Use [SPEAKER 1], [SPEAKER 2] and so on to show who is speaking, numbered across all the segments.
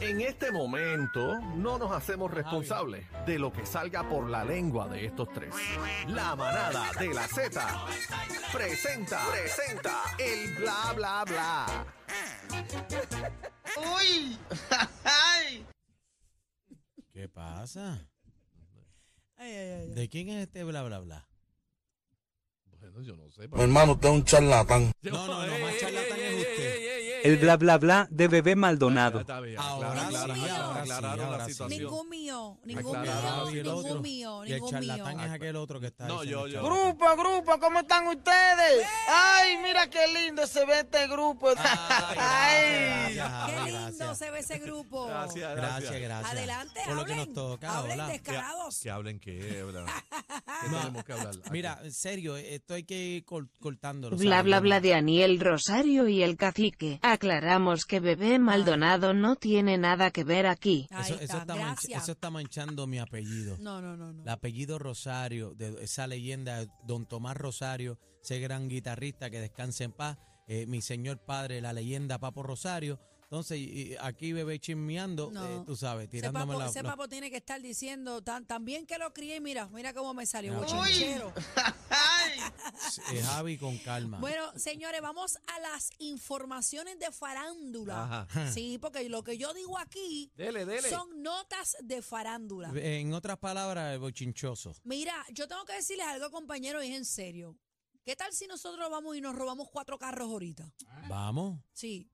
[SPEAKER 1] En este momento no nos hacemos responsables de lo que salga por la lengua de estos tres. La manada de la Z presenta, presenta el bla bla bla.
[SPEAKER 2] ¡Uy!
[SPEAKER 3] ¿Qué pasa? ¿De quién es este bla bla bla?
[SPEAKER 4] Mi hermano, usted es un charlatán.
[SPEAKER 3] No, no,
[SPEAKER 1] eh,
[SPEAKER 3] no, más charlatán es usted.
[SPEAKER 5] El bla bla bla de bebé Maldonado.
[SPEAKER 1] Está bien,
[SPEAKER 3] Ahora
[SPEAKER 1] aclara,
[SPEAKER 3] sí,
[SPEAKER 1] aclara,
[SPEAKER 3] ahora sí,
[SPEAKER 1] aclararon la
[SPEAKER 3] ahora sí.
[SPEAKER 1] situación.
[SPEAKER 2] Ningún mío, ningún
[SPEAKER 3] Aclarado, Ah, y
[SPEAKER 2] mío,
[SPEAKER 3] el otro.
[SPEAKER 2] ningún mío,
[SPEAKER 3] Y el
[SPEAKER 2] ningún mío.
[SPEAKER 3] charlatán es aquel otro que está
[SPEAKER 1] No,
[SPEAKER 3] diciendo
[SPEAKER 1] yo, yo.
[SPEAKER 3] charlatán.
[SPEAKER 6] Grupo, grupo, ¿cómo están ustedes? Ay, mira qué lindo se ve este grupo. Ay,
[SPEAKER 3] Gracias, Javi,
[SPEAKER 2] Qué
[SPEAKER 3] gracias.
[SPEAKER 2] lindo se ve ese grupo.
[SPEAKER 1] Gracias,
[SPEAKER 3] Gracias, gracias.
[SPEAKER 2] Adelante,
[SPEAKER 3] Por lo que
[SPEAKER 2] hablen,
[SPEAKER 3] nos toca,
[SPEAKER 2] hablen
[SPEAKER 3] hola.
[SPEAKER 1] Que,
[SPEAKER 2] descarados.
[SPEAKER 1] que hablen que hablan. ¿Qué tenemos que hablar?
[SPEAKER 3] Mira, en serio, esto hay que ir col- cortándolo.
[SPEAKER 7] Bla
[SPEAKER 3] ¿sabes?
[SPEAKER 7] bla bla
[SPEAKER 3] No,
[SPEAKER 7] de Aniel Rosario y el cacique. Aclaramos que bebé Maldonado no tiene nada que ver aquí.
[SPEAKER 2] Ahí
[SPEAKER 3] Eso, eso, está mancha-
[SPEAKER 2] gracias.
[SPEAKER 3] eso está manchando mi apellido.
[SPEAKER 2] No, no, no, no.
[SPEAKER 3] El apellido Rosario, de esa leyenda, de don Tomás Rosario, ese gran guitarrista que descanse en paz, eh, mi señor padre, la leyenda Papo Rosario. Entonces, y- y aquí bebé chismeando,
[SPEAKER 2] No.
[SPEAKER 3] eh, tú sabes,
[SPEAKER 2] Ese
[SPEAKER 3] tirándome
[SPEAKER 2] papo-
[SPEAKER 3] la...
[SPEAKER 2] ese
[SPEAKER 3] la-
[SPEAKER 2] papo tiene que estar diciendo tan, tan bien que lo crié y mira, mira cómo me salió.
[SPEAKER 3] Mira,
[SPEAKER 2] bochinchero.
[SPEAKER 3] Ah. eh, Javi con calma.
[SPEAKER 2] Bueno, señores, vamos a las informaciones de farándula. Sí, porque lo que yo digo aquí
[SPEAKER 1] Dele, dele.
[SPEAKER 2] son notas de farándula.
[SPEAKER 3] en otras palabras, el bochinchoso.
[SPEAKER 2] Mira, yo tengo que decirles algo, compañero, y es en serio. ¿Qué tal si nosotros vamos y nos robamos cuatro carros ahorita?
[SPEAKER 3] Vamos,
[SPEAKER 2] Sí.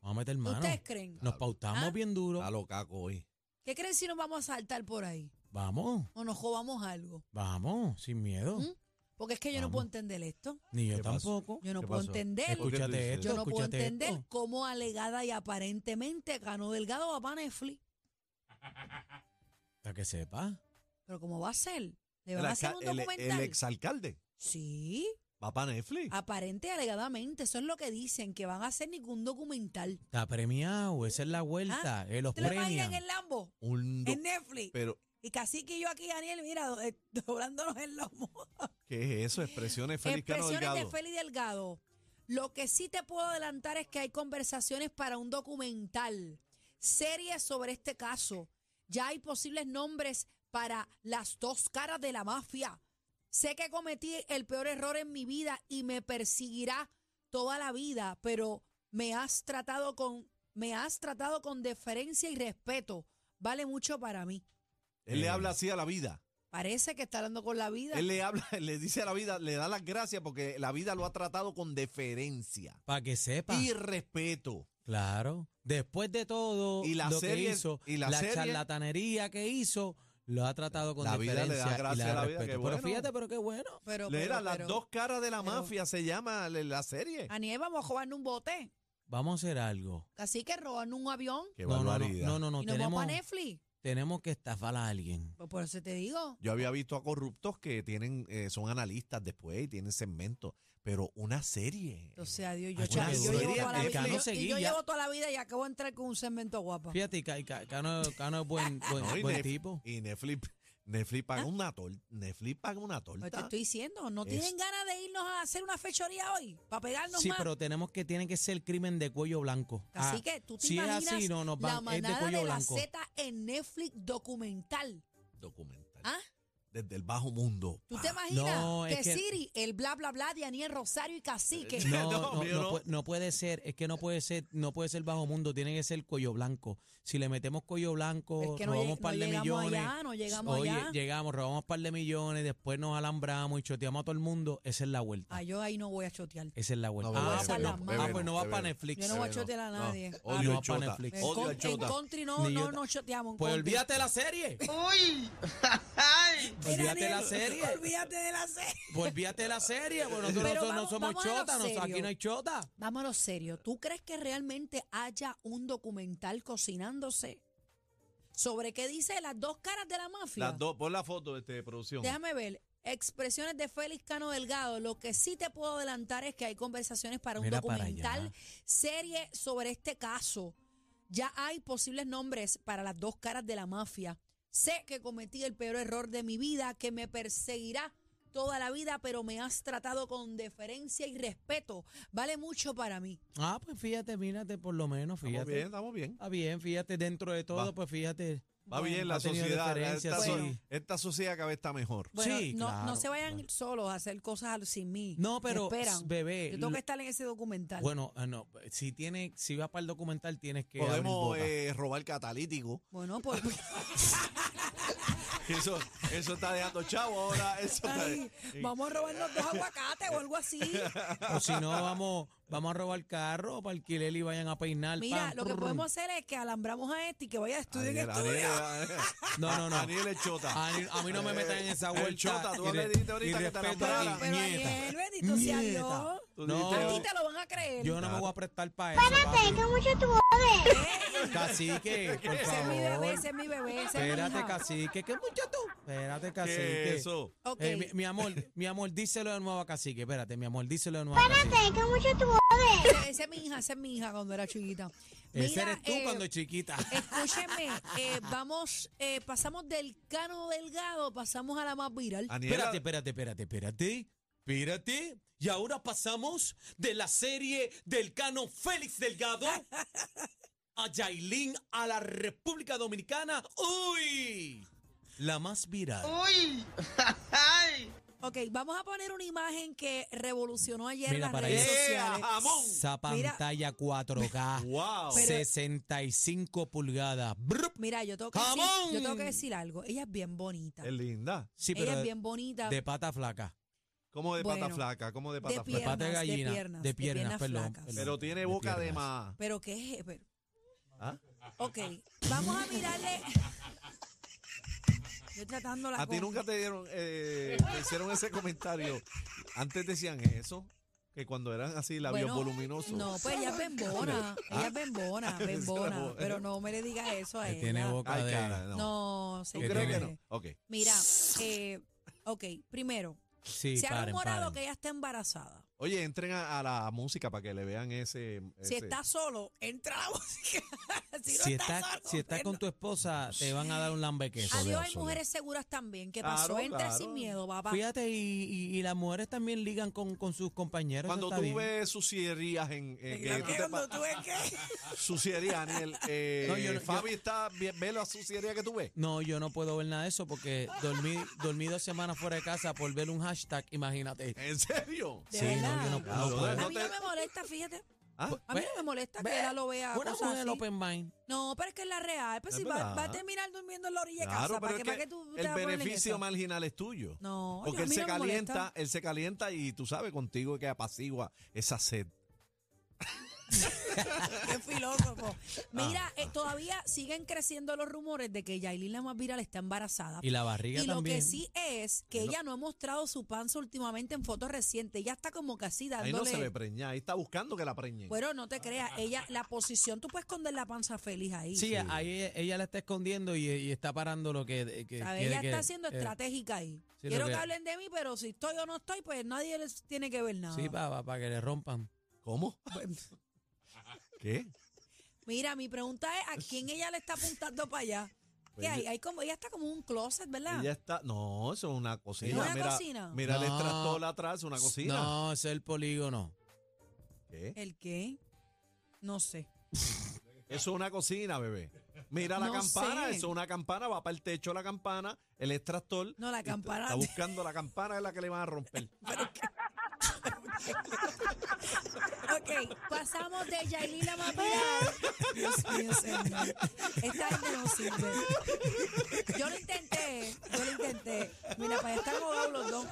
[SPEAKER 3] vamos a meter mano.
[SPEAKER 2] ¿Ustedes creen?
[SPEAKER 3] Nos pautamos
[SPEAKER 2] ¿Ah?
[SPEAKER 3] bien duro.
[SPEAKER 1] Está locaco hoy.
[SPEAKER 2] ¿Qué creen si nos vamos a saltar por ahí?
[SPEAKER 3] Vamos,
[SPEAKER 2] ¿O nos robamos algo?
[SPEAKER 3] vamos, sin miedo.
[SPEAKER 2] ¿Mm? Porque es que yo no
[SPEAKER 3] Vamos.
[SPEAKER 2] puedo entender esto.
[SPEAKER 3] Ni yo
[SPEAKER 1] ¿Qué pasó?
[SPEAKER 3] tampoco.
[SPEAKER 2] Yo no
[SPEAKER 1] ¿Qué
[SPEAKER 2] puedo
[SPEAKER 1] pasó?
[SPEAKER 2] entender.
[SPEAKER 1] Escu- ¿Por qué tú
[SPEAKER 3] Escúchate
[SPEAKER 1] dices
[SPEAKER 3] esto,
[SPEAKER 2] Yo no puedo
[SPEAKER 3] escúchate
[SPEAKER 2] entender
[SPEAKER 3] esto.
[SPEAKER 2] cómo alegada y aparentemente Cano Delgado va para Netflix.
[SPEAKER 3] Para que sepa.
[SPEAKER 2] Pero ¿cómo va a ser? ¿Le van a hacer un
[SPEAKER 1] alca-
[SPEAKER 2] documental? Ah,
[SPEAKER 1] exalcalde
[SPEAKER 2] sí,
[SPEAKER 1] va para Netflix.
[SPEAKER 2] aparente y alegadamente. Eso es lo que dicen, que van a hacer ningún documental.
[SPEAKER 3] Está premiado, esa es la vuelta. eh, los
[SPEAKER 2] Ah, ¿Te lo imaginas
[SPEAKER 3] premian.
[SPEAKER 2] en el Lambo?
[SPEAKER 1] Un do-
[SPEAKER 2] En Netflix.
[SPEAKER 1] pero,
[SPEAKER 2] Y casi que yo aquí, Daniel, mira, do- eh, doblándonos el lomo.
[SPEAKER 1] ¿qué es eso? Expresiones Félix Cano
[SPEAKER 2] Expresiones
[SPEAKER 1] Delgado.
[SPEAKER 2] de Feli Delgado. Lo que sí te puedo adelantar es que hay conversaciones para un documental, series sobre este caso. Ya hay posibles nombres para las dos caras de la mafia. Sé que cometí el peor error en mi vida y me perseguirá toda la vida, pero me has tratado con me has tratado con deferencia y respeto. Vale mucho para mí.
[SPEAKER 1] Él le habla así a la vida.
[SPEAKER 2] Parece que está hablando con la vida.
[SPEAKER 1] Él le habla, le dice a la vida, le da las gracias porque la vida lo ha tratado con deferencia
[SPEAKER 3] Para que sepa.
[SPEAKER 1] y respeto.
[SPEAKER 3] Claro. Después de todo
[SPEAKER 1] Y la
[SPEAKER 3] lo
[SPEAKER 1] serie-
[SPEAKER 3] que hizo,
[SPEAKER 1] y la serie-
[SPEAKER 3] charlatanería que hizo, lo ha tratado con
[SPEAKER 1] La vida le da
[SPEAKER 3] deferencia y
[SPEAKER 1] gracia a la vida,
[SPEAKER 3] respeto.
[SPEAKER 1] qué
[SPEAKER 3] Pero
[SPEAKER 1] bueno.
[SPEAKER 3] fíjate, pero qué bueno.
[SPEAKER 2] Pero,
[SPEAKER 1] Le
[SPEAKER 2] pero,
[SPEAKER 1] era las
[SPEAKER 2] pero,
[SPEAKER 1] dos caras de la
[SPEAKER 2] pero-
[SPEAKER 1] mafia, se llama la- la serie.
[SPEAKER 2] Aniel, vamos a jugarnos un bote.
[SPEAKER 3] Vamos a hacer algo.
[SPEAKER 2] Así que roban un avión
[SPEAKER 1] Qué
[SPEAKER 3] no, no, no,
[SPEAKER 1] barbaridad.
[SPEAKER 3] no, no, no,
[SPEAKER 2] y nos vamos
[SPEAKER 3] Tenemos,
[SPEAKER 2] para Netflix.
[SPEAKER 3] tenemos que estafar a alguien.
[SPEAKER 2] Pues por eso te digo.
[SPEAKER 1] Yo había visto a corruptos que tienen, eh, son analistas después y tienen segmentos, pero una serie.
[SPEAKER 2] O sea, Dios, yo,
[SPEAKER 3] Ay, pues,
[SPEAKER 2] chaval,
[SPEAKER 3] qué
[SPEAKER 2] yo
[SPEAKER 3] duro.
[SPEAKER 2] llevo toda la
[SPEAKER 3] El
[SPEAKER 2] vida.
[SPEAKER 3] Cano
[SPEAKER 2] y yo- y yo
[SPEAKER 3] seguía.
[SPEAKER 2] llevo toda la vida y acabo de entrar con un segmento guapa.
[SPEAKER 3] Fíjate, y Ca- y Ca- Cano, Cano es buen, buen,
[SPEAKER 1] No, y
[SPEAKER 3] buen
[SPEAKER 1] Nef-
[SPEAKER 3] tipo.
[SPEAKER 1] Y Netflix, Netflix
[SPEAKER 2] Ah.
[SPEAKER 1] paga una torta. Netflix paga una
[SPEAKER 2] Pues te
[SPEAKER 1] torta.
[SPEAKER 2] estoy diciendo, no
[SPEAKER 1] Es-
[SPEAKER 2] tienen ganas de irnos a hacer una fechoría hoy para pegarnos
[SPEAKER 3] Sí,
[SPEAKER 2] más.
[SPEAKER 3] pero tenemos que, tiene que ser crimen de cuello blanco.
[SPEAKER 2] Así
[SPEAKER 3] Ah,
[SPEAKER 2] que tú te
[SPEAKER 3] si es
[SPEAKER 2] imaginas
[SPEAKER 3] así, no, nos
[SPEAKER 2] la
[SPEAKER 3] van, es de
[SPEAKER 2] manada
[SPEAKER 3] cuello
[SPEAKER 2] de la
[SPEAKER 3] blanco.
[SPEAKER 2] Z en Netflix documental.
[SPEAKER 1] Documental.
[SPEAKER 2] ¿Ah?
[SPEAKER 1] Desde el bajo mundo. Ah.
[SPEAKER 2] ¿Tú
[SPEAKER 1] pa.
[SPEAKER 2] te imaginas
[SPEAKER 3] Ah, No, es
[SPEAKER 2] que,
[SPEAKER 3] que-
[SPEAKER 2] Siri, el bla bla bla de Aniel Rosario y Cacique?
[SPEAKER 3] No,
[SPEAKER 1] No,
[SPEAKER 3] no,
[SPEAKER 1] mío
[SPEAKER 3] no
[SPEAKER 1] no.
[SPEAKER 3] pu- no puede ser, es que no puede ser, no puede ser bajo mundo, tiene que ser cuello blanco. Si le metemos cuello blanco,
[SPEAKER 2] Es que no
[SPEAKER 3] robamos
[SPEAKER 2] lleg-
[SPEAKER 3] un par
[SPEAKER 2] no
[SPEAKER 3] de
[SPEAKER 2] llegamos
[SPEAKER 3] millones.
[SPEAKER 2] allá, no llegamos
[SPEAKER 3] Oye,
[SPEAKER 2] allá.
[SPEAKER 3] llegamos, robamos un par de millones, después nos alambramos y choteamos a todo el mundo, esa es la vuelta.
[SPEAKER 2] Ah, yo ahí no voy a chotear.
[SPEAKER 3] Esa es la vuelta.
[SPEAKER 1] No,
[SPEAKER 3] ah,
[SPEAKER 2] bebé,
[SPEAKER 3] pues
[SPEAKER 2] no,
[SPEAKER 3] no,
[SPEAKER 2] bebé
[SPEAKER 3] ah,
[SPEAKER 2] no,
[SPEAKER 3] pues no va
[SPEAKER 1] bebé
[SPEAKER 3] para
[SPEAKER 1] no.
[SPEAKER 3] Netflix.
[SPEAKER 2] Yo no voy a
[SPEAKER 1] Bebé no.
[SPEAKER 2] chotear a
[SPEAKER 1] No,
[SPEAKER 2] nadie.
[SPEAKER 1] odio
[SPEAKER 2] Ah,
[SPEAKER 1] el
[SPEAKER 3] no, para
[SPEAKER 1] chota.
[SPEAKER 3] Netflix.
[SPEAKER 2] En,
[SPEAKER 1] Odio
[SPEAKER 2] con-
[SPEAKER 1] al
[SPEAKER 2] en
[SPEAKER 1] chota.
[SPEAKER 2] country no,
[SPEAKER 3] Ni
[SPEAKER 2] no,
[SPEAKER 3] yo-
[SPEAKER 2] no choteamos. en
[SPEAKER 3] Pues
[SPEAKER 2] country.
[SPEAKER 3] olvídate de la serie.
[SPEAKER 6] uy.
[SPEAKER 2] Mira,
[SPEAKER 3] Olvídate de la
[SPEAKER 2] Daniel,
[SPEAKER 3] serie.
[SPEAKER 2] Olvídate de la serie.
[SPEAKER 3] Pues olvídate de la serie. Pues nosotros
[SPEAKER 2] Pero
[SPEAKER 3] no,
[SPEAKER 2] vamos-
[SPEAKER 3] somos
[SPEAKER 2] vamos a lo
[SPEAKER 3] chotas, nosotros aquí
[SPEAKER 2] serio.
[SPEAKER 3] no hay chota.
[SPEAKER 2] Vámonos serio. ¿Tú crees que realmente haya un documental cocinándose? sobre qué dice las dos caras de la mafia.
[SPEAKER 8] Las dos, pon la foto de este, producción.
[SPEAKER 2] Déjame ver. Expresiones de Félix Cano Delgado. Lo que sí te puedo adelantar es que hay conversaciones para un
[SPEAKER 3] Mira para
[SPEAKER 2] documental
[SPEAKER 3] allá.
[SPEAKER 2] serie sobre este caso. Ya hay posibles nombres para las dos caras de la mafia. Sé que cometí el peor error de mi vida, que me perseguirá toda la vida, pero me has tratado con deferencia y respeto. Vale mucho para mí.
[SPEAKER 3] Ah, pues fíjate, mírate, por lo menos,
[SPEAKER 8] Estamos bien,
[SPEAKER 3] Pues fíjate.
[SPEAKER 8] estamos bien.
[SPEAKER 3] Está bien, fíjate, dentro de todo,
[SPEAKER 8] Va.
[SPEAKER 3] pues fíjate.
[SPEAKER 8] Va
[SPEAKER 3] bueno,
[SPEAKER 8] bien la
[SPEAKER 3] ha tenido
[SPEAKER 8] sociedad.
[SPEAKER 3] referencias,
[SPEAKER 8] Esta, so-
[SPEAKER 3] sí.
[SPEAKER 8] esta sociedad cada vez está mejor.
[SPEAKER 2] Bueno,
[SPEAKER 3] Sí,
[SPEAKER 2] no, no
[SPEAKER 3] claro,
[SPEAKER 2] se vayan
[SPEAKER 3] claro.
[SPEAKER 2] solos a hacer cosas al- sin mí.
[SPEAKER 3] No,
[SPEAKER 2] Me
[SPEAKER 3] pero,
[SPEAKER 2] esperan.
[SPEAKER 3] bebé,
[SPEAKER 2] Yo tengo que
[SPEAKER 3] lo-
[SPEAKER 2] estar en ese documental.
[SPEAKER 3] Bueno, ah, no, si tiene, si va para el documental tienes que abrir
[SPEAKER 8] Podemos
[SPEAKER 3] boca.
[SPEAKER 8] eh, robar catalítico.
[SPEAKER 2] Bueno, pues, por...
[SPEAKER 8] que Eso, eso está dejando chavo ahora. Eso está
[SPEAKER 2] Ay, vamos a robarnos dos aguacates o algo así.
[SPEAKER 3] O si no, vamos, vamos a robar carro para alquiler y vayan a peinar.
[SPEAKER 2] Mira,
[SPEAKER 3] pam,
[SPEAKER 2] lo que
[SPEAKER 3] prrrm.
[SPEAKER 2] podemos hacer es que alambramos a este y que vaya de estudio en estudio.
[SPEAKER 3] No, no, no.
[SPEAKER 8] Daniel es chota.
[SPEAKER 3] A, mí- a mí no me metan en esa
[SPEAKER 8] Eh, El
[SPEAKER 3] vuelta.
[SPEAKER 8] chota, tú
[SPEAKER 3] Y
[SPEAKER 8] le
[SPEAKER 3] re-
[SPEAKER 8] dijiste ahorita
[SPEAKER 3] y
[SPEAKER 8] que te
[SPEAKER 3] respeto a
[SPEAKER 8] nombrara.
[SPEAKER 3] ti,
[SPEAKER 2] Pero
[SPEAKER 3] nieta.
[SPEAKER 2] Daniel, bendito sea
[SPEAKER 3] Nieta.
[SPEAKER 2] Dios.
[SPEAKER 8] Tú
[SPEAKER 3] No.
[SPEAKER 2] A
[SPEAKER 8] dijiste-
[SPEAKER 2] ti te lo van a creer.
[SPEAKER 3] Yo no me voy a prestar para eso. papi. Cacique, por
[SPEAKER 2] Ese es mi bebé,
[SPEAKER 3] favor.
[SPEAKER 2] ese es mi bebé, ese es mi
[SPEAKER 3] Espérate,
[SPEAKER 2] hija.
[SPEAKER 3] cacique, que mucho tú. Espérate,
[SPEAKER 8] ¿Qué
[SPEAKER 3] cacique.
[SPEAKER 8] es eso?
[SPEAKER 2] Ok.
[SPEAKER 3] Eh, mi, mi amor, mi amor, díselo de nuevo a cacique. Espérate, mi amor, díselo de nuevo a cacique.
[SPEAKER 2] Ese- ese es mi hija, ese es mi hija cuando era chiquita.
[SPEAKER 3] Ese
[SPEAKER 2] Mira,
[SPEAKER 3] eres tú
[SPEAKER 2] eh,
[SPEAKER 3] cuando chiquita.
[SPEAKER 2] Escúcheme, eh, vamos, eh, pasamos del cano delgado, pasamos a la más viral.
[SPEAKER 3] Ah.
[SPEAKER 8] Daniela,
[SPEAKER 3] Espérate, espérate, espérate, espérate. Espérate. Y ahora pasamos de la serie del cano Félix Delgado a Yailin a la República Dominicana. ¡Uy! La más viral.
[SPEAKER 6] Uy, ay.
[SPEAKER 2] Ok, vamos a poner una imagen que revolucionó ayer
[SPEAKER 3] Mira
[SPEAKER 2] las
[SPEAKER 3] para
[SPEAKER 2] redes
[SPEAKER 3] allá.
[SPEAKER 2] sociales.
[SPEAKER 8] ¡Ea, ¡Eh, jamón!
[SPEAKER 3] Esa
[SPEAKER 2] Mira.
[SPEAKER 3] pantalla 4K.
[SPEAKER 8] Wow.
[SPEAKER 2] Pero-
[SPEAKER 3] 65 pulgadas. Brup.
[SPEAKER 2] Mira, yo tengo, que decir,
[SPEAKER 3] ¡Jamón!
[SPEAKER 2] yo tengo que decir algo. Ella es bien bonita.
[SPEAKER 8] Es linda.
[SPEAKER 3] Sí,
[SPEAKER 2] Ella
[SPEAKER 3] pero
[SPEAKER 2] es
[SPEAKER 3] de,
[SPEAKER 2] bien bonita.
[SPEAKER 3] de pata flaca.
[SPEAKER 8] Como de
[SPEAKER 2] Bueno,
[SPEAKER 8] pata flaca, como de pata
[SPEAKER 2] de
[SPEAKER 8] flaca.
[SPEAKER 3] pata de
[SPEAKER 2] piernas,
[SPEAKER 3] gallina,
[SPEAKER 2] de piernas,
[SPEAKER 3] de
[SPEAKER 2] de
[SPEAKER 3] piernas,
[SPEAKER 2] piernas
[SPEAKER 3] perdón,
[SPEAKER 2] flacas.
[SPEAKER 3] perdón.
[SPEAKER 8] Pero tiene
[SPEAKER 3] de
[SPEAKER 8] boca de
[SPEAKER 3] piernas.
[SPEAKER 8] más.
[SPEAKER 2] Pero qué es, pero-
[SPEAKER 8] ¿Ah?
[SPEAKER 2] Ok, vamos a mirarle. Yo tratando la
[SPEAKER 8] A ti
[SPEAKER 2] cosa.
[SPEAKER 8] nunca te dieron, eh, te hicieron ese comentario. Antes decían eso, que cuando eran así labios
[SPEAKER 2] Bueno,
[SPEAKER 8] voluminosos.
[SPEAKER 2] No, pues ella es bembona. Ella es bembona, bembona. pero no me le digas eso a
[SPEAKER 3] Que
[SPEAKER 2] ella.
[SPEAKER 3] tiene boca
[SPEAKER 8] Ay,
[SPEAKER 3] de...
[SPEAKER 8] cara, no.
[SPEAKER 2] No,
[SPEAKER 8] ¿Tú
[SPEAKER 3] que
[SPEAKER 2] señor.
[SPEAKER 8] crees que
[SPEAKER 3] tiene-
[SPEAKER 8] no? Ok.
[SPEAKER 2] Mira, eh, ok, primero,
[SPEAKER 3] Sí,
[SPEAKER 2] se ha
[SPEAKER 3] paren,
[SPEAKER 2] rumorado
[SPEAKER 3] paren.
[SPEAKER 2] que ella está embarazada.
[SPEAKER 8] Oye, entren a, a la música para que le vean ese.
[SPEAKER 2] Si
[SPEAKER 8] ese-
[SPEAKER 2] está solo, entra la música. si no
[SPEAKER 3] si
[SPEAKER 2] está,
[SPEAKER 3] estás
[SPEAKER 2] solo,
[SPEAKER 3] si estás con
[SPEAKER 2] entra.
[SPEAKER 3] tu esposa, te van a dar un lambequeso.
[SPEAKER 2] Adiós, hay
[SPEAKER 3] Dios,
[SPEAKER 2] mujeres seguras también. ¿Qué
[SPEAKER 8] Claro,
[SPEAKER 2] pasó? Entra
[SPEAKER 8] claro.
[SPEAKER 2] sin miedo, papá.
[SPEAKER 3] Fíjate, y, y- y las mujeres también ligan con, con sus compañeros.
[SPEAKER 8] Cuando
[SPEAKER 3] eso está
[SPEAKER 8] tú
[SPEAKER 3] bien.
[SPEAKER 8] ves sucierías en. en
[SPEAKER 2] Eh,
[SPEAKER 8] que tú te pa-
[SPEAKER 2] Cuando tú ves que-
[SPEAKER 8] Suciería, Daniel. Eh,
[SPEAKER 3] No, yo no- yo-
[SPEAKER 8] Fabi está. Ve, ve la suciería que tú ves.
[SPEAKER 3] No, yo no puedo ver nada de eso porque dormí, dormí dos semanas fuera de casa por ver un hashtag, imagínate.
[SPEAKER 8] ¿En serio?
[SPEAKER 2] De
[SPEAKER 3] Sí, no,
[SPEAKER 2] verdad.
[SPEAKER 3] yo no- no
[SPEAKER 8] Claro,
[SPEAKER 3] puedo.
[SPEAKER 2] A
[SPEAKER 8] no
[SPEAKER 2] mí
[SPEAKER 8] te-
[SPEAKER 2] no me molesta, fíjate.
[SPEAKER 8] ¿Ah?
[SPEAKER 2] A mí no me molesta que ella lo vea.
[SPEAKER 3] Una
[SPEAKER 2] cosas
[SPEAKER 3] mujer
[SPEAKER 2] así.
[SPEAKER 3] open mind.
[SPEAKER 2] No, pero es que es la real. Pues
[SPEAKER 8] Es
[SPEAKER 2] si va,
[SPEAKER 8] verdad.
[SPEAKER 2] va a terminar durmiendo en la orilla de
[SPEAKER 8] Claro,
[SPEAKER 2] casa.
[SPEAKER 8] pero
[SPEAKER 2] ¿Para
[SPEAKER 8] es
[SPEAKER 2] qué,
[SPEAKER 8] que
[SPEAKER 2] para qué tú te
[SPEAKER 8] el
[SPEAKER 2] vas a poner en
[SPEAKER 8] beneficio
[SPEAKER 2] eso?
[SPEAKER 8] marginal es tuyo.
[SPEAKER 2] No, yo-
[SPEAKER 8] Porque
[SPEAKER 2] a
[SPEAKER 8] él
[SPEAKER 2] mí
[SPEAKER 8] se
[SPEAKER 2] no me
[SPEAKER 8] calienta,
[SPEAKER 2] molesta.
[SPEAKER 8] él se calienta y tú sabes contigo que apacigua esa sed.
[SPEAKER 2] Qué filósofo.
[SPEAKER 8] Ah.
[SPEAKER 2] Mira, eh, todavía siguen creciendo los rumores de que Yailin la más viral está embarazada.
[SPEAKER 3] Y la barriga
[SPEAKER 2] Y lo
[SPEAKER 3] también.
[SPEAKER 2] que sí es que ella no ha mostrado su panza últimamente en fotos recientes. Ella está como casi
[SPEAKER 8] Ahí no se ve pues.
[SPEAKER 2] dándole. Pues,
[SPEAKER 8] preñada, ahí está buscando que la preñen.
[SPEAKER 2] Bueno, no te creas. Ella, la posición, tú puedes esconder la panza feliz ahí.
[SPEAKER 3] Sí, ahí ella, ella la está escondiendo y, y está parando lo que. que-
[SPEAKER 2] A ver,
[SPEAKER 3] quiere
[SPEAKER 2] ella
[SPEAKER 3] que-
[SPEAKER 2] está siendo
[SPEAKER 3] eh,
[SPEAKER 2] estratégica ahí.
[SPEAKER 3] sí,
[SPEAKER 2] Quiero
[SPEAKER 3] lo
[SPEAKER 2] que...
[SPEAKER 3] que-
[SPEAKER 2] hablen de mí, pero si estoy o no estoy, pues nadie les tiene que ver nada.
[SPEAKER 3] Sí, para que le rompan.
[SPEAKER 8] ¿Cómo?
[SPEAKER 2] pues,
[SPEAKER 8] ¿Qué?
[SPEAKER 2] Mira, mi pregunta es, ¿a quién ella le está apuntando para allá? ¿Qué
[SPEAKER 8] Pues
[SPEAKER 2] hay?
[SPEAKER 8] ella-
[SPEAKER 2] Hay como, ella está como en un closet, ¿verdad?
[SPEAKER 8] Ella está. No, eso es una cocina.
[SPEAKER 2] ¿Es una
[SPEAKER 8] mira,
[SPEAKER 2] cocina?
[SPEAKER 8] mira el
[SPEAKER 3] No.
[SPEAKER 8] estrastola atrás, una cocina.
[SPEAKER 3] No, ese es el polígono.
[SPEAKER 8] ¿Qué?
[SPEAKER 2] ¿El qué? No sé.
[SPEAKER 8] Eso es una cocina, bebé. Mira la
[SPEAKER 2] No
[SPEAKER 8] campana,
[SPEAKER 2] sé.
[SPEAKER 8] eso es una campana, va para el techo la campana, el extractor.
[SPEAKER 2] No, la
[SPEAKER 8] y está-
[SPEAKER 2] campana-
[SPEAKER 8] Está buscando la campana, es la que le van a romper.
[SPEAKER 2] Ok, pasamos de Yailina Mapiral. Dios mío, señor. Esta gente no sirve. Yo lo intenté, yo lo intenté. Mira, para allá están mojados los dos.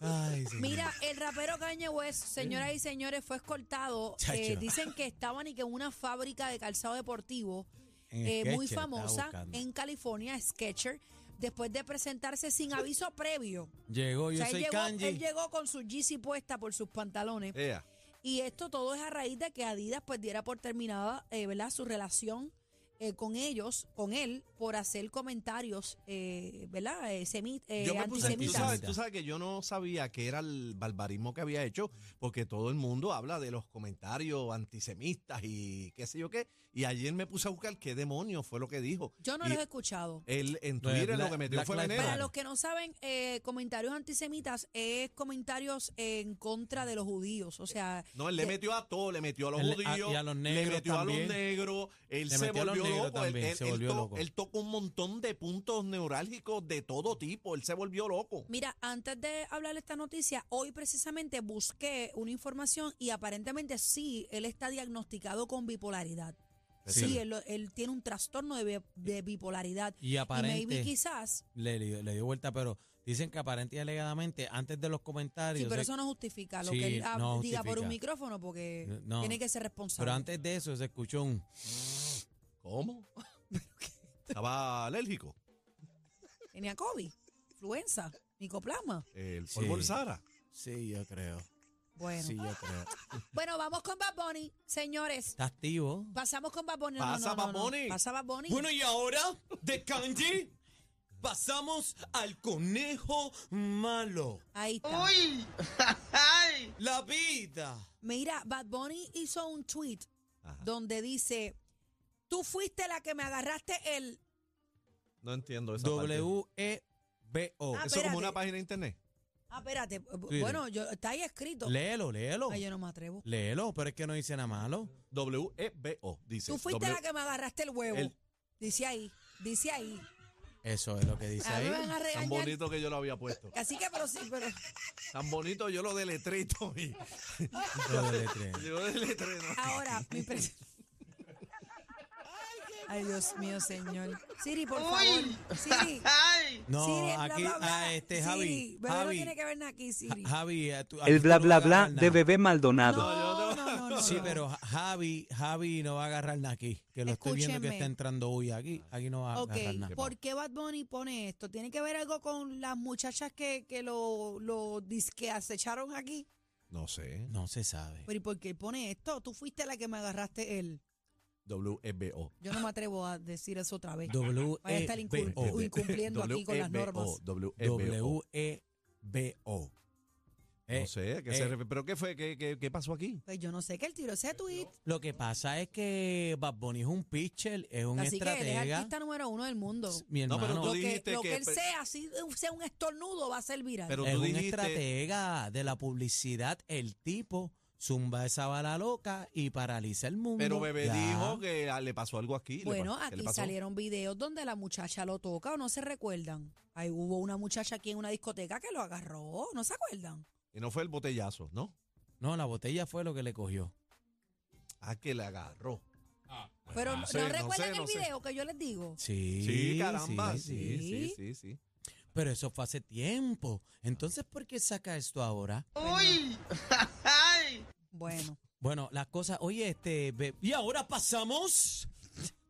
[SPEAKER 3] Ay, sí.
[SPEAKER 2] Mira, eh, el rapero Kanye West, señoras y señores, fue escoltado.
[SPEAKER 3] Chacho.
[SPEAKER 2] Eh, dicen que estaban y que en una fábrica de calzado deportivo
[SPEAKER 3] En
[SPEAKER 2] eh, muy
[SPEAKER 3] Skechers estaba
[SPEAKER 2] famosa
[SPEAKER 3] buscando.
[SPEAKER 2] en California, Sketcher, después de presentarse sin aviso previo.
[SPEAKER 3] Llegó,
[SPEAKER 2] O
[SPEAKER 3] yo
[SPEAKER 2] sea, él
[SPEAKER 3] soy
[SPEAKER 2] llegó,
[SPEAKER 3] Kanji.
[SPEAKER 2] él llegó con su Yeezy puesta por sus pantalones.
[SPEAKER 8] Ea.
[SPEAKER 2] Y esto todo es a raíz de que Adidas pues diera por terminada, eh, ¿verdad? Su eh, relación eh, con ellos, con él, por hacer comentarios, eh, ¿verdad? Eh, semi- eh,
[SPEAKER 8] Yo me puse, tú,
[SPEAKER 2] antisemitas.
[SPEAKER 8] sabes, tú sabes que yo no sabía que era el barbarismo que había hecho, porque todo el mundo habla de los comentarios antisemistas y qué sé yo qué. Y ayer me puse a buscar qué demonio fue lo que dijo.
[SPEAKER 2] Yo no
[SPEAKER 8] Y
[SPEAKER 2] los he escuchado.
[SPEAKER 8] Él en
[SPEAKER 3] Black-
[SPEAKER 8] Twitter lo
[SPEAKER 3] Black-
[SPEAKER 8] que metió
[SPEAKER 3] Black
[SPEAKER 8] fue
[SPEAKER 3] Lives
[SPEAKER 8] veneno.
[SPEAKER 2] Para
[SPEAKER 3] Claro.
[SPEAKER 2] los que no saben, eh, comentarios antisemitas es comentarios en contra de los judíos. O sea,
[SPEAKER 8] No, él le
[SPEAKER 2] que-
[SPEAKER 8] metió a todo, le metió a los
[SPEAKER 3] Eh, Él- a-
[SPEAKER 8] judíos,
[SPEAKER 3] y a los
[SPEAKER 8] le
[SPEAKER 3] negros
[SPEAKER 8] metió a
[SPEAKER 3] también.
[SPEAKER 8] los negros, él
[SPEAKER 3] Le
[SPEAKER 8] se
[SPEAKER 3] metió a
[SPEAKER 8] volvió
[SPEAKER 3] los negros
[SPEAKER 8] loco, él,
[SPEAKER 3] también,
[SPEAKER 8] él-
[SPEAKER 3] se
[SPEAKER 8] él
[SPEAKER 3] volvió
[SPEAKER 8] to-
[SPEAKER 3] loco.
[SPEAKER 8] él tocó un montón de puntos neurálgicos de todo tipo, él se volvió loco.
[SPEAKER 2] Mira, antes de hablar de esta noticia, hoy precisamente busqué una información y aparentemente sí, él está diagnosticado con bipolaridad. Sí,
[SPEAKER 8] Excelente.
[SPEAKER 2] él, lo- él tiene un trastorno de, bi- de bipolaridad.
[SPEAKER 3] Y
[SPEAKER 2] Y maybe
[SPEAKER 3] aparente,
[SPEAKER 2] quizás,
[SPEAKER 3] le, dio- le dio vuelta, pero dicen que aparente y alegadamente, antes de los comentarios,
[SPEAKER 2] sí, pero
[SPEAKER 3] o sea,
[SPEAKER 2] eso no justifica lo
[SPEAKER 3] eh. Sí,
[SPEAKER 2] que él hab-
[SPEAKER 3] no
[SPEAKER 2] diga por un
[SPEAKER 3] justifica.
[SPEAKER 2] micrófono porque
[SPEAKER 3] No.
[SPEAKER 2] tiene que ser responsable.
[SPEAKER 3] pero antes de eso se escuchó un...
[SPEAKER 8] ¿Cómo? Estaba alérgico,
[SPEAKER 2] Tenía COVID, influenza, micoplasma.
[SPEAKER 8] el
[SPEAKER 3] Sí.
[SPEAKER 8] polvo del Sahara.
[SPEAKER 3] Sí, yo creo.
[SPEAKER 2] Bueno.
[SPEAKER 3] yo creo.
[SPEAKER 2] bueno, vamos con Bad Bunny, señores.
[SPEAKER 3] ¿Está activo?
[SPEAKER 2] Pasamos con Bad Bunny.
[SPEAKER 8] Pasa
[SPEAKER 2] no, no, no,
[SPEAKER 8] Bad
[SPEAKER 2] no.
[SPEAKER 8] Bunny.
[SPEAKER 2] Pasa Bad Bunny.
[SPEAKER 3] Bueno, y ahora, de Kanji, pasamos al conejo malo.
[SPEAKER 2] Ahí está.
[SPEAKER 6] Uy, ay.
[SPEAKER 3] La vida.
[SPEAKER 2] Mira, Bad Bunny hizo un tweet
[SPEAKER 8] Ajá.
[SPEAKER 2] donde dice, tú fuiste la que me agarraste el...
[SPEAKER 8] No entiendo esa parte.
[SPEAKER 3] E W-E-B-O.
[SPEAKER 2] Ah,
[SPEAKER 8] Eso es como
[SPEAKER 2] espérate.
[SPEAKER 8] una página de internet.
[SPEAKER 2] Ah, espérate. Bueno, yo, está ahí escrito.
[SPEAKER 3] Léelo, léelo.
[SPEAKER 2] Ay, yo no me atrevo.
[SPEAKER 3] Léelo, pero es que no dice nada malo.
[SPEAKER 8] W-E-B-O, E dice.
[SPEAKER 2] Tú fuiste
[SPEAKER 8] W-
[SPEAKER 2] la que me agarraste el huevo.
[SPEAKER 8] El-
[SPEAKER 2] Dice ahí, dice ahí.
[SPEAKER 3] Eso es lo que dice
[SPEAKER 2] A mí me van
[SPEAKER 3] ahí.
[SPEAKER 2] a
[SPEAKER 8] Tan
[SPEAKER 2] regañar.
[SPEAKER 8] bonito que yo lo había puesto.
[SPEAKER 2] Así que, pero sí, pero...
[SPEAKER 8] Tan bonito yo lo deletrito. Y,
[SPEAKER 3] Lo deletré.
[SPEAKER 8] yo deletré, ¿no?
[SPEAKER 2] Ahora, mi pres- Ay, Dios mío, señor. Siri, por favor. Siri.
[SPEAKER 6] ay.
[SPEAKER 3] No,
[SPEAKER 2] Siri, bla,
[SPEAKER 3] aquí,
[SPEAKER 2] bla, bla.
[SPEAKER 3] a este
[SPEAKER 2] Siri,
[SPEAKER 3] Javi.
[SPEAKER 2] pero no
[SPEAKER 3] Javi,
[SPEAKER 2] tiene que ver nada aquí, Siri.
[SPEAKER 3] Ja- Javi, a tú- a
[SPEAKER 5] El
[SPEAKER 3] ti tú
[SPEAKER 5] bla
[SPEAKER 3] no
[SPEAKER 5] bla
[SPEAKER 3] vas a
[SPEAKER 5] bla
[SPEAKER 3] agarrar
[SPEAKER 5] de
[SPEAKER 3] nada.
[SPEAKER 5] Bebé Maldonado.
[SPEAKER 2] No, no, no, no,
[SPEAKER 3] Sí,
[SPEAKER 2] no.
[SPEAKER 3] pero Javi, Javi no va a agarrar nada aquí. Que lo estoy viendo que
[SPEAKER 2] Escúchenme.
[SPEAKER 3] está entrando hoy aquí. Aquí no va a
[SPEAKER 2] Ok,
[SPEAKER 3] agarrar nada.
[SPEAKER 2] ¿por qué Bad Bunny pone esto? ¿Tiene que ver algo con las muchachas que, que lo, lo disque acecharon aquí?
[SPEAKER 8] No sé.
[SPEAKER 3] No se sabe.
[SPEAKER 2] Pero ¿y por qué pone esto? Tú fuiste la que me agarraste él.
[SPEAKER 8] W-E-B-O.
[SPEAKER 2] Yo no me atrevo a decir eso otra vez.
[SPEAKER 3] W
[SPEAKER 2] Vaya a estar
[SPEAKER 8] E
[SPEAKER 2] incul-
[SPEAKER 3] O.
[SPEAKER 2] incumpliendo aquí con las normas.
[SPEAKER 8] W-E-B-O,
[SPEAKER 3] E
[SPEAKER 8] W-E-B-O.
[SPEAKER 3] W-E-B-O. Eh,
[SPEAKER 8] No sé, ¿qué se
[SPEAKER 3] eh.
[SPEAKER 8] refiere? ¿pero qué fue? ¿Qué, qué, qué pasó aquí?
[SPEAKER 2] Pues yo no sé qué él tiró ese tweet.
[SPEAKER 3] Lo que pasa es que Bad Bunny es un pitcher, es un
[SPEAKER 2] Así que él es
[SPEAKER 3] estratega.
[SPEAKER 2] artista número uno del mundo.
[SPEAKER 3] Mi
[SPEAKER 8] No, pero
[SPEAKER 3] hermano,
[SPEAKER 8] tú
[SPEAKER 2] Lo que,
[SPEAKER 8] dijiste
[SPEAKER 2] lo que
[SPEAKER 8] que-
[SPEAKER 2] él sea, si sea un estornudo, va a ser viral.
[SPEAKER 8] Pero
[SPEAKER 3] es
[SPEAKER 8] tú
[SPEAKER 3] un
[SPEAKER 8] dijiste-
[SPEAKER 3] estratega de la publicidad. El tipo zumba esa bala loca y paraliza el mundo.
[SPEAKER 8] Pero Bebé
[SPEAKER 3] Ya.
[SPEAKER 8] dijo que ah, le pasó algo aquí. le
[SPEAKER 2] Bueno,
[SPEAKER 8] pa- ¿qué le
[SPEAKER 2] aquí
[SPEAKER 8] pasó?
[SPEAKER 2] salieron videos donde la muchacha lo toca o no se recuerdan. Ahí hubo una muchacha aquí en una discoteca que lo agarró, ¿no se acuerdan?
[SPEAKER 8] Y no fue el botellazo, ¿no?
[SPEAKER 3] No, la botella fue lo que le cogió.
[SPEAKER 8] Ah, que le agarró.
[SPEAKER 3] Ah,
[SPEAKER 2] Pero no,
[SPEAKER 8] sé,
[SPEAKER 2] ¿no
[SPEAKER 8] no
[SPEAKER 2] recuerdan
[SPEAKER 8] sé, no
[SPEAKER 2] el
[SPEAKER 8] sé.
[SPEAKER 2] video que yo les digo.
[SPEAKER 3] Sí,
[SPEAKER 8] Sí, caramba.
[SPEAKER 3] sí,
[SPEAKER 8] Sí, sí,
[SPEAKER 2] sí.
[SPEAKER 8] sí, sí.
[SPEAKER 3] Pero eso fue hace tiempo. Entonces, ¿por qué saca esto ahora?
[SPEAKER 6] Uy, ay.
[SPEAKER 2] Bueno,
[SPEAKER 3] Bueno, las cosas. Oye, este. be- Y ahora pasamos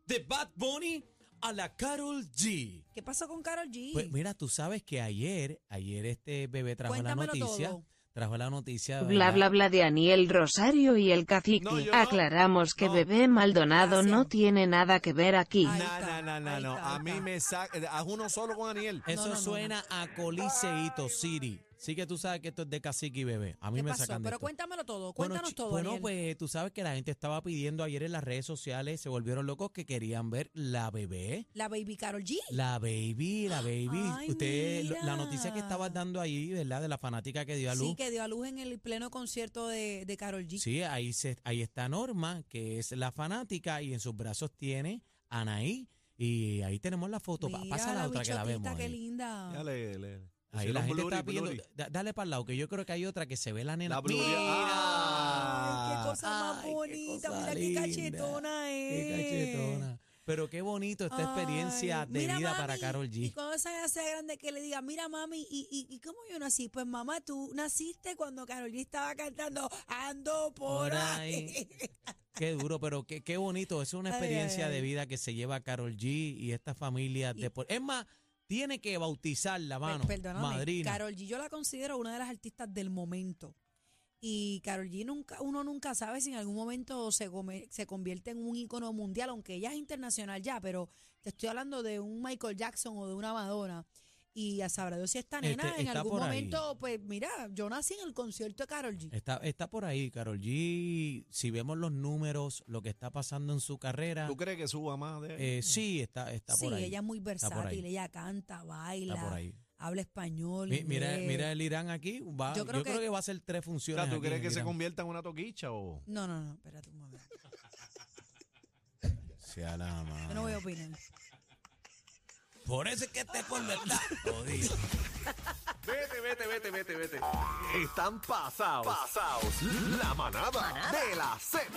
[SPEAKER 3] de Bad Bunny a la Carol G.
[SPEAKER 2] ¿qué pasó con Carol G?
[SPEAKER 3] Pues mira, tú sabes que ayer, ayer este bebé trajo
[SPEAKER 2] Cuéntamelo
[SPEAKER 3] la noticia.
[SPEAKER 2] todo.
[SPEAKER 3] Trajo la noticia.
[SPEAKER 7] Bla
[SPEAKER 3] ¿verdad?
[SPEAKER 7] bla bla de Aniel Rosario y el cacique.
[SPEAKER 8] No, yo no.
[SPEAKER 7] Aclaramos que
[SPEAKER 8] No.
[SPEAKER 7] Bebé Maldonado
[SPEAKER 2] Gracias.
[SPEAKER 7] no tiene nada que ver aquí.
[SPEAKER 2] Ahí
[SPEAKER 8] No,
[SPEAKER 2] está,
[SPEAKER 8] no, no, no,
[SPEAKER 2] ahí
[SPEAKER 8] no.
[SPEAKER 2] está,
[SPEAKER 8] A
[SPEAKER 2] ahí
[SPEAKER 8] mí
[SPEAKER 2] está.
[SPEAKER 8] me saca. Haz uno solo con Aniel.
[SPEAKER 3] Eso
[SPEAKER 2] No, no, no,
[SPEAKER 3] suena a Coliseíto City. Sí que tú sabes que esto es de cacique y bebé. A mí
[SPEAKER 2] ¿Qué
[SPEAKER 3] me
[SPEAKER 2] pasó?
[SPEAKER 3] sacan de
[SPEAKER 2] Pero
[SPEAKER 3] esto.
[SPEAKER 2] cuéntamelo
[SPEAKER 3] Bueno,
[SPEAKER 2] todo, cuéntanos
[SPEAKER 3] chi-
[SPEAKER 2] todo.
[SPEAKER 3] Bueno,
[SPEAKER 2] Daniel.
[SPEAKER 3] pues tú sabes que la gente estaba pidiendo ayer en las redes sociales, se volvieron locos que querían ver la bebé.
[SPEAKER 2] La baby Carol G.
[SPEAKER 3] La baby, la baby.
[SPEAKER 2] Ay,
[SPEAKER 3] Usted, lo- la
[SPEAKER 2] mira.
[SPEAKER 3] noticia que estabas dando ahí, ¿verdad? De la fanática que dio a luz.
[SPEAKER 2] Sí, que dio a luz en el pleno concierto de, de Carol G.
[SPEAKER 3] Sí, ahí, se, ahí está Norma, que es la fanática, y en sus brazos tiene a Anaí. Y ahí tenemos la foto. Pa-
[SPEAKER 2] Mira
[SPEAKER 3] Pasa la, otra que la
[SPEAKER 2] bichotita,
[SPEAKER 3] vemos.
[SPEAKER 2] qué
[SPEAKER 3] ahí.
[SPEAKER 2] linda.
[SPEAKER 8] Ya le, le- le
[SPEAKER 3] Ahí la
[SPEAKER 8] hicieron
[SPEAKER 3] gente
[SPEAKER 8] blurry,
[SPEAKER 3] está pidiendo.
[SPEAKER 8] blurry.
[SPEAKER 3] da- dale para el lado, que yo creo que hay otra que se ve la nena.
[SPEAKER 8] La blurry.
[SPEAKER 3] Mira,
[SPEAKER 8] Ah.
[SPEAKER 2] Ay, qué cosa más
[SPEAKER 3] Ay, qué
[SPEAKER 2] bonita.
[SPEAKER 3] cosa
[SPEAKER 2] mira qué
[SPEAKER 3] linda,
[SPEAKER 2] cachetona es.
[SPEAKER 3] qué cachetona. Pero qué bonito esta experiencia
[SPEAKER 2] Ay,
[SPEAKER 3] de
[SPEAKER 2] mira,
[SPEAKER 3] vida
[SPEAKER 2] mami,
[SPEAKER 3] para Carol
[SPEAKER 2] Y
[SPEAKER 3] G.
[SPEAKER 2] cuando esa nena sea grande que le diga, mira mami, ¿y, y, y cómo yo nací? Pues mamá, tú naciste cuando Carol G estaba cantando Ando por,
[SPEAKER 3] Por
[SPEAKER 2] ahí.
[SPEAKER 3] ahí. Qué duro, pero qué, qué bonito. Es una
[SPEAKER 2] Ay, ay,
[SPEAKER 3] experiencia
[SPEAKER 2] ay.
[SPEAKER 3] de vida que se lleva Carol G y esta familia. De por... Es más, tiene que bautizarla, mano.
[SPEAKER 2] Pe- Perdóname,
[SPEAKER 3] Madrina.
[SPEAKER 2] Carol G yo la considero una de las artistas del momento. Y Carol G, nunca, uno nunca sabe si en algún momento se, come- se convierte en un ícono mundial, aunque ella es internacional ya, pero te estoy hablando de un Michael Jackson o de una Madonna. Y a sabrá Dios si esta nena
[SPEAKER 3] Este,
[SPEAKER 2] en
[SPEAKER 3] está
[SPEAKER 2] algún
[SPEAKER 3] por ahí.
[SPEAKER 2] momento, pues mira, yo nací en el concierto de Carol G.
[SPEAKER 3] Está, está por ahí, Carol G. Si vemos los números, lo que está pasando en su carrera,
[SPEAKER 8] ¿Tú crees que suba más de ahí?
[SPEAKER 3] eh, sí, está, está
[SPEAKER 2] sí,
[SPEAKER 3] por ahí.
[SPEAKER 2] ella es muy
[SPEAKER 3] Está por
[SPEAKER 2] versátil,
[SPEAKER 3] ahí.
[SPEAKER 2] ella canta, baila,
[SPEAKER 3] Está por ahí.
[SPEAKER 2] habla español.
[SPEAKER 3] Mi- mira,
[SPEAKER 2] inglés.
[SPEAKER 3] mira el Irán aquí. va- yo, creo, que, va a ser tres
[SPEAKER 8] O
[SPEAKER 3] funciones.
[SPEAKER 8] sea, ¿Tú
[SPEAKER 3] aquí
[SPEAKER 8] crees
[SPEAKER 3] en
[SPEAKER 8] que se
[SPEAKER 3] Irán.
[SPEAKER 8] convierta en una toquicha o...?
[SPEAKER 2] No, no, no, espérate un momento.
[SPEAKER 3] Sea la
[SPEAKER 2] Yo no voy a opinar.
[SPEAKER 3] Por eso es que este pueblo está jodido.
[SPEAKER 1] Vete, vete, vete, vete, vete. Están pasados. Pasados. La manada de la Z.